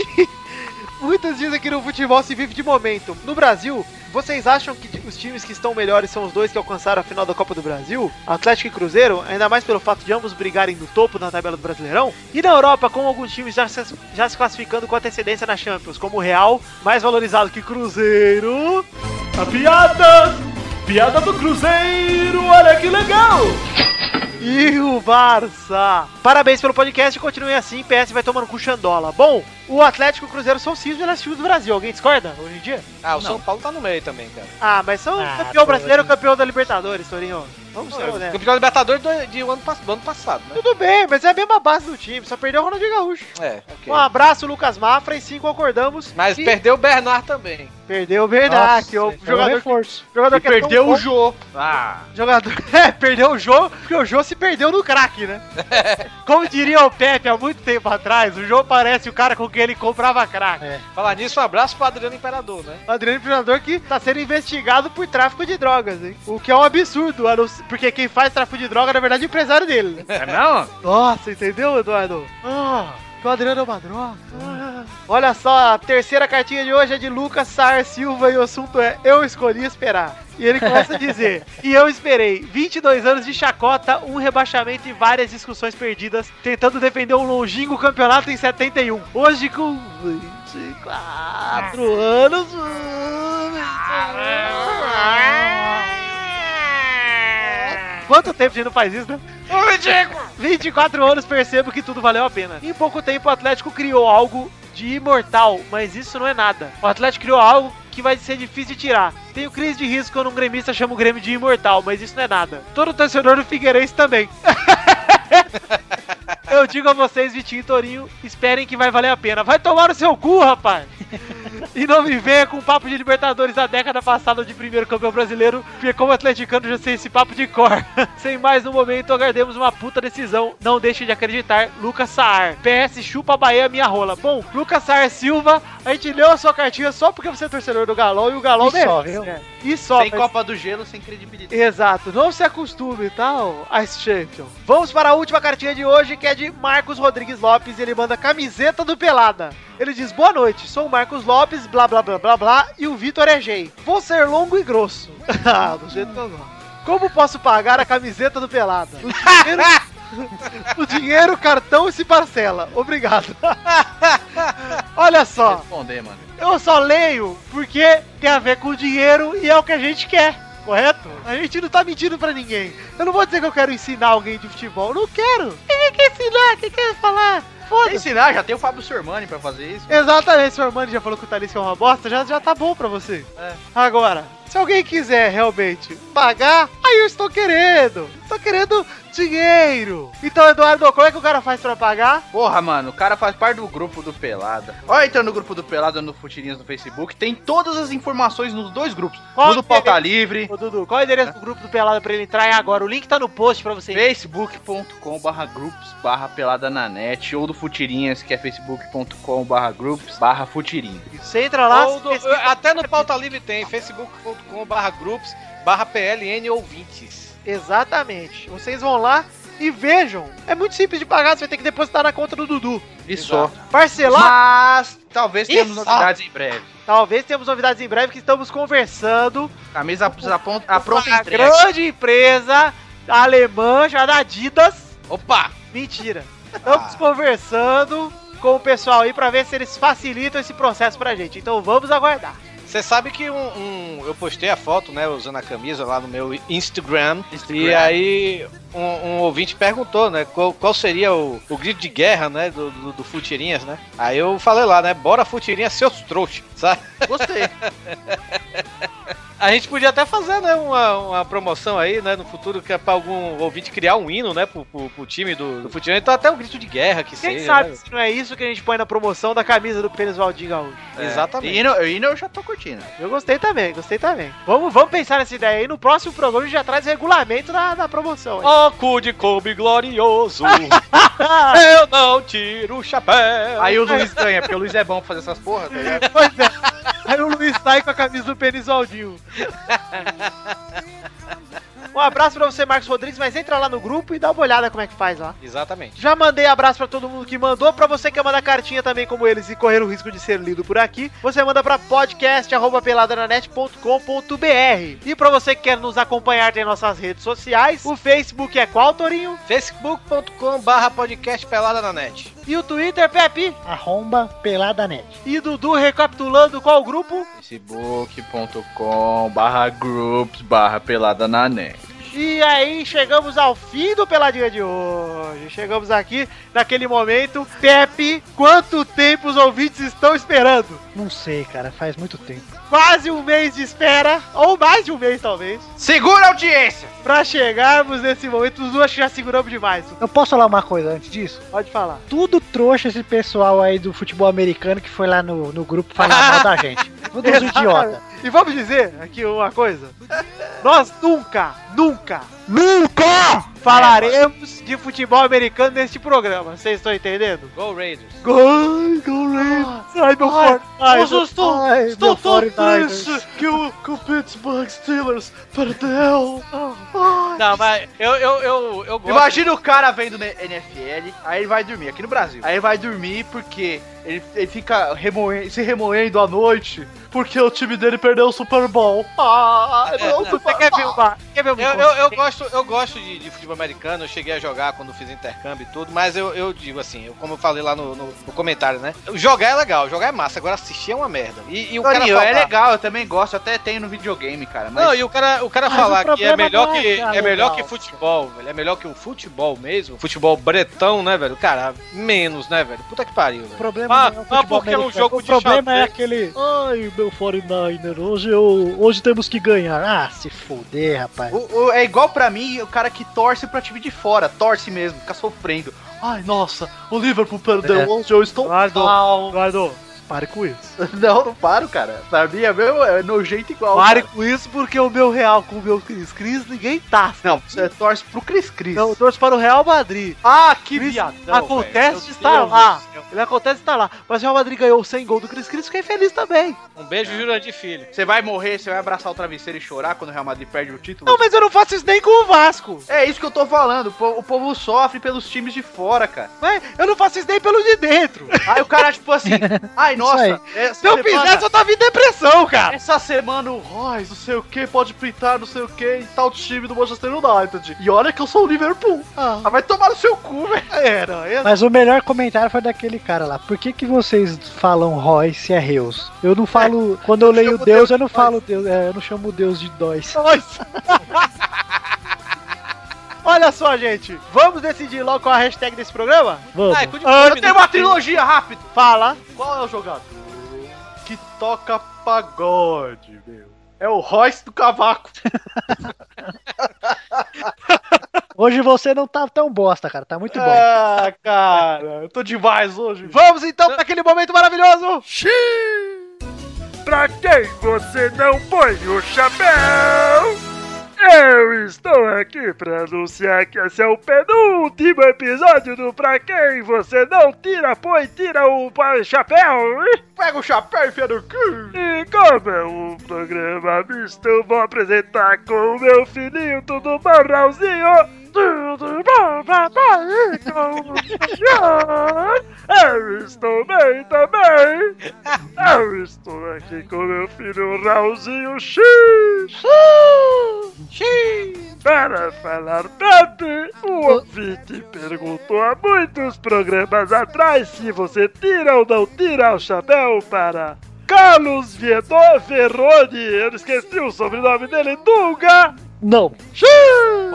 Muitos dizem que no futebol se vive de momento. No Brasil, vocês acham que os times que estão melhores são os dois que alcançaram a final da Copa do Brasil? Atlético e Cruzeiro, ainda mais pelo fato de ambos brigarem no topo na tabela do Brasileirão? E na Europa, com alguns times já se, já se classificando com antecedência na Champions, como o Real, mais valorizado que Cruzeiro. A piada! Piada do Cruzeiro, olha que legal! E o Barça! Parabéns pelo podcast, continuem assim, PS vai tomando com Xandola. Bom, o Atlético e o Cruzeiro são cismos nas times do Brasil, alguém discorda hoje em dia? Ah, o São Paulo tá no meio também, cara. Ah, mas são Ah, campeão pô, brasileiro e gente. campeão da Libertadores, Torinho. Vamos né? ser né? É. honestos. Campeão Libertadores do, de um ano, pass- do ano passado, né? Tudo bem, mas é a mesma base do time, só perdeu o Ronaldinho Gaúcho. É, ok. Um abraço, Lucas Mafra, e sim, concordamos. Mas que perdeu o Bernard também. perdeu o Bernard, que é o Nossa, jogador, reforço. jogador E que é tão perdeu Então, bom- o Jô. Ah, Jogador. É, perdeu o jogo, porque o Jô se perdeu no craque, né? Como diria o Pepe há muito tempo atrás, o Jô parece o cara com quem ele comprava craque. Um Falar nisso, um abraço pro Adriano Imperador, né? O Adriano Imperador que tá sendo investigado por tráfico de drogas, hein? O que é um absurdo, a não ser- porque quem faz tráfico de droga, na verdade, é o empresário dele. né? é não? Nossa, entendeu, Eduardo? Ah, que o Adriano é uma droga. Ah. Olha só, a terceira cartinha de hoje é de Lucas Sar Silva e o assunto é Eu escolhi esperar. E ele começa a dizer: E eu esperei 22 anos de chacota, um rebaixamento e várias discussões perdidas, tentando defender um longínquo campeonato em 71. Hoje, com 24 anos. Quanto tempo a gente não faz isso, né? 24 anos percebo que tudo valeu a pena. Em pouco tempo o Atlético criou algo de imortal, mas isso não é nada. O Atlético criou algo que vai ser difícil de tirar. Tenho crise de risco quando um gremista chama o Grêmio de imortal, mas isso não é nada. Todo torcedor do Figueirense também. Eu digo a vocês, Vitinho e Torinho, esperem que vai valer a pena. Vai tomar no seu cu, rapaz! E não me venha com papo de Libertadores da década passada de primeiro campeão brasileiro, porque como atleticano já sei esse papo de cor. Sem mais no momento, aguardemos uma puta decisão. Não deixe de acreditar, Lucas Saar. PS chupa a Bahia minha rola. Bom, Lucas Saar Silva, a gente leu a sua cartinha só porque você é torcedor do Galol e o Galol E só, merece, viu? né? E só, sem mas- Copa do Gelo, sem credibilidade. Exato, não se acostume, tá, ô Ice Champion? Vamos para a última cartinha de hoje, que é de Marcos Rodrigues Lopes, e ele manda camiseta do Pelada. Ele diz, boa noite, sou o Marcos Lopes, blá blá blá blá blá, e o Vitor é gay. Vou ser longo e grosso. ah, do jeito que eu gosto. Como posso pagar a camiseta do Pelada? O dinheiro... o dinheiro, cartão e se parcela. Obrigado. Olha só, Responder, mano. eu só leio porque tem a ver com o dinheiro e é o que a gente quer, correto? A gente não tá mentindo pra ninguém. Eu não vou dizer que eu quero ensinar alguém de futebol, não quero. Quem é quer ensinar? Quem quer falar? Tem que Foda-se. ensinar, já tem o Fábio Sormani pra fazer isso. Exatamente, seu Armando já falou que o Thalys é uma bosta, já, já tá bom pra você. É. Agora, se alguém quiser realmente pagar, aí eu estou querendo. Estou querendo dinheiro. Então, Eduardo, como é que o cara faz pra pagar? Porra, mano, o cara faz parte do grupo do Pelada. Olha, entra no grupo do Pelada no Futirinhas no Facebook, tem todas as informações nos dois grupos. Qual no do Pauta endereço? Livre, Ô, Dudu, qual é o endereço do grupo do Pelada pra ele entrar aí agora? O link tá no post pra você. facebook.com barra grupos barra pelada na net, ou do Futirinhas, que é facebook.com barra grupos barra futirinhas. Você entra lá, Ou do- pesquisa- até no Pauta Livre tem, facebook.com barra grupos barra PLN ouvintes. Exatamente. Vocês vão lá e vejam. É muito simples de pagar, você vai ter que depositar na conta do Dudu. E só. Parcelar? Mas, Ah, talvez tenhamos Isso. novidades em breve. Talvez tenhamos novidades em breve que estamos conversando Camisa apronta, com apronta a entrega. grande empresa alemã chamada Adidas. Opa! Mentira. Estamos Ah. conversando com o pessoal aí pra ver se eles facilitam esse processo pra gente. Então vamos aguardar. Você sabe que um, um- eu postei a foto, né, usando a camisa lá no meu Instagram. Instagram. E aí um, um ouvinte perguntou, né, qual, qual seria o, o grito de guerra, né, do, do, do Futirinhas, né? Aí eu falei lá, né, bora Futirinhas seus trouxas, sabe? Gostei. A gente podia até fazer, né, uma, uma promoção aí, né, no futuro, que é pra algum ouvinte criar um hino, né, pro, pro, pro time do, do Futirinhas. Então até um grito de guerra que Quem seja, sabe né? se não é isso que a gente põe na promoção da camisa do Pênis Valdir Gaúcho. Exatamente. E no, e no eu já tô curtindo. Eu gostei também, gostei também. Vamos, vamos pensar nessa ideia aí. No próximo programa a gente já traz regulamento da, da promoção. Aí. Oh, Ó, cu de Kobe glorioso, eu não tiro o chapéu. Aí o Luiz ganha, porque o Luiz é bom pra fazer essas porras, tá ligado? Pois é. Aí o Luiz sai com a camisa do Peniswaldinho. Um abraço pra você, Marcos Rodrigues, mas entra lá no grupo e dá uma olhada como é que faz lá. Exatamente. Já mandei abraço pra todo mundo que mandou. Pra você que quer mandar cartinha também como eles e correr o risco de ser lido por aqui, você manda pra podcast@peladananet.com.br. E pra você que quer nos acompanhar em nossas redes sociais, o Facebook é qual, Torinho? facebook.com barra podcast pelada na net. E o Twitter, Pepe? Arromba pelada net. E Dudu recapitulando qual o grupo? facebook.com barra groups barra pelada na net. E aí chegamos ao fim do Peladinha de hoje. Chegamos aqui naquele momento. Pepe, quanto tempo os ouvintes estão esperando? Não sei, cara, faz muito tempo. Quase um mês de espera, ou mais de um mês talvez, Segura a audiência! pra chegarmos nesse momento. Os dois acho que já seguramos demais. Eu posso falar uma coisa antes disso? Pode falar. Tudo trouxa esse pessoal aí do futebol americano que foi lá no, no grupo falar mal da gente. Um Tudo uns idiota. E vamos dizer aqui uma coisa: nós nunca, nunca, Nunca! falaremos de futebol americano neste programa. Vocês estão entendendo? Go Raiders. Gol, gol, Sai meu Um Fortnite! Eu estou Estou todo que o, que o Pittsburgh Steelers perdeu. Não, mas eu, eu, eu, eu gosto. Imagina o cara vendo ne- NFL, aí ele vai dormir, aqui no Brasil. Aí ele vai dormir porque ele, ele fica remoendo- se remoendo à noite porque o time dele perdeu o Super Bowl. Ah, não, Você quer ver uma? Quer ver uma? Eu, eu, eu gosto, eu gosto de, de futebol americano, eu cheguei a jogar quando fiz intercâmbio e tudo, mas eu, eu digo assim, eu- como eu falei lá no, no, no comentário, né? Jogar é legal, jogar é massa, agora assistir é uma merda. E, e o cara Toninho, falar, é legal, eu também gosto, até tenho no videogame, cara. Mas Não, e o cara, o cara Mas falar o que é problema melhor não é que achar é melhor legal. que futebol, velho, é melhor que o futebol mesmo, futebol bretão, né, velho? Cara, menos, né, velho? Puta que pariu, O velho. problema Ah, não é o ah, futebol porque é um americano. jogo O de problema é xadrez. aquele. Ai, meu 49er, hoje, eu, hoje temos que ganhar. Ah, se fuder, rapaz. O- o- é igual pra mim o cara que torce pra time de fora, torce mesmo, fica sofrendo. Ai, nossa, o Liverpool perdeu É. hoje, eu estou Eduardo. mal. Eduardo, pare com isso. Não, não paro, cara. Pra mim é, mesmo, é nojento igual. Pare cara. com isso porque o meu Real com o meu Cris Cris ninguém tá. Não, você torce pro Cris Cris. Não, eu torço para o Real Madrid. Ah, que Cris viadão, acontece velho. de estar Meu Deus lá. do céu. Ele acontece tá lá. Mas o Real Madrid ganhou sem gol do Cris Cris, fiquei feliz também. Um beijo Jurandir Filho. Você vai morrer, você vai abraçar o travesseiro e chorar quando o Real Madrid perde o título? Não, mas eu não faço isso nem com o Vasco. É isso que eu tô falando. O povo, o povo sofre pelos times de fora, cara. Mas eu não faço isso nem pelo de dentro. Aí o cara, tipo assim, ai, nossa. Se eu fizesse, eu tava em depressão, cara. Essa semana o Royce, não sei o que, pode pintar não sei o que e tal time do Manchester United. E olha que eu sou o Liverpool. Ah. Ah, vai tomar no seu cu, velho. É, não, eu- Mas o melhor comentário foi daquele cara lá. Por que, que vocês falam Roy se é Reus? Eu não falo. Quando eu leio chamo Deus, eu não Deus de falo Deus. É, eu não chamo Deus de dois. Nossa. Olha só, gente. Vamos decidir logo qual a hashtag desse programa? Vamos. Ah, é cu de Ah, Eu tenho uma trilogia, rápido. Fala. Qual é o jogador que toca pagode, meu? É o Royce do Cavaco. Hoje você não tá tão bosta, cara. Tá muito É. bom. Ah, cara, eu tô demais hoje. Vamos então para aquele momento maravilhoso. Pra quem você não põe o chapéu? Eu estou aqui pra anunciar que esse é o penúltimo episódio do Pra Quem Você Não Tira, Põe, Tira o Pa- Chapéu. Pega o chapéu e enfia no cu. E como é um programa misto, vou apresentar com o meu filhinho, tudo bom, Raulzinho? Tudo bom, papai? Como senhor? Eu estou bem também! Eu estou aqui com meu filho Raulzinho X! Para falar Pepe, o ouvinte perguntou há muitos programas atrás se você tira ou não tira o chapéu para Carlos Viedor Veroni, eu esqueci o sobrenome dele, Dunga. Não.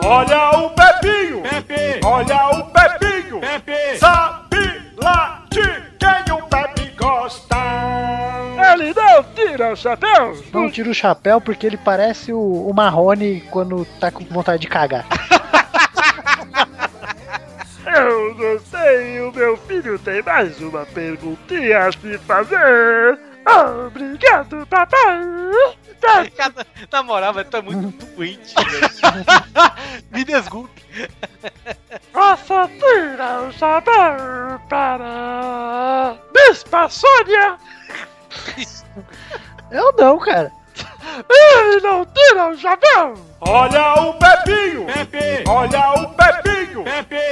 Olha o Pepinho! Olha o Pepinho! Sabe lá de quem o Pepe gosta! Ele não tira o chapéu! Não tira o chapéu porque ele parece o, o Marrone quando tá com vontade de cagar. Eu não sei, o meu filho tem mais uma perguntinha a se fazer! Obrigado, papai! Cara, na moral, velho, tu é muito doente, velho. Me desculpe. Você tira o chapéu para... Bispa Sônia! Eu não, cara. Ele não tira o chapéu! Olha o Pepinho! Olha o Pepinho!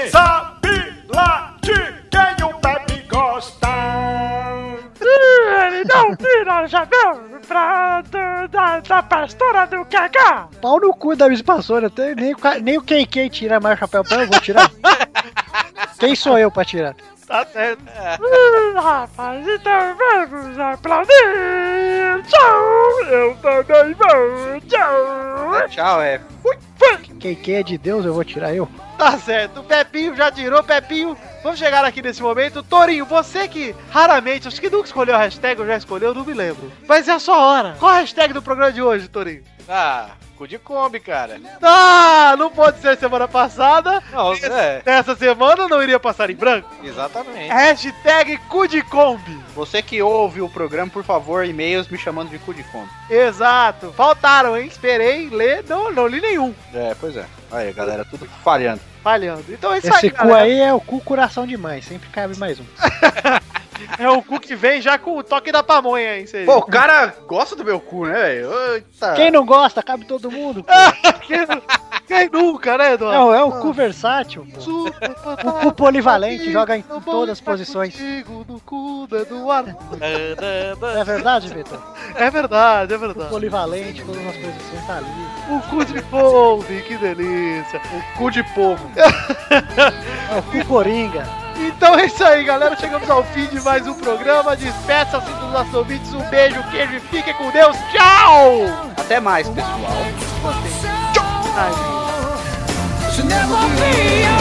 Sabe lá de quem o Pepe gosta! Ele não tira o chapéu pra, da, da, da pastora do Cacá! Pau no cu da Miss Passoura. tem- Nem, o ca- nem o KK tira mais o chapéu pra eu, vou tirar. Quem sou eu pra tirar? Tá certo. É. Ih, Rapaz, então vamos aplaudir! Tchau! Eu também vou! Tchau! Tchau, é. KK é de Deus, eu vou tirar eu. Tá certo, o Pepinho já tirou, Pepinho. Vamos chegar aqui nesse momento. Torinho, você que raramente, acho que nunca escolheu a hashtag, ou já escolheu, não me lembro. Mas é a sua hora. Qual a hashtag do programa de hoje, Torinho? Ah, cu de Kombi, cara. Ah, não pode ser semana passada. Não, é. Nessa semana não iria passar em branco. Exatamente. Hashtag cu de Kombi. Você que ouve o programa, por favor, e-mails me chamando de cu de combo. Exato. Faltaram, hein? Esperei ler. Não, não li nenhum. É, pois é. Aí, galera, tudo falhando. Falhando. Então é isso Esse aí, cu galera. aí é o cu coração de mãe, sempre cabe mais um. É o cu que vem já com o toque da pamonha, hein? Cê... Pô, o cara gosta do meu cu, né, velho? Eita. Quem não gosta, cabe todo mundo. pô. quem, quem nunca, né, Eduardo? Não, é o cu versátil. pô. É O cu polivalente, joga em Eu vou todas as entrar posições. é contigo no cu do Eduardo. Não é verdade, Vitor? É verdade, é verdade. Polivalente, todas as posições tá ali. O cu de polvo, que delícia. O cu de povo. É o cu coringa. Então é isso aí, galera. Chegamos ao fim de mais um programa. Despeça-se dos nossos ouvintes. Um beijo, queijo e fiquem com Deus. Tchau! Até mais, pessoal. Should never be a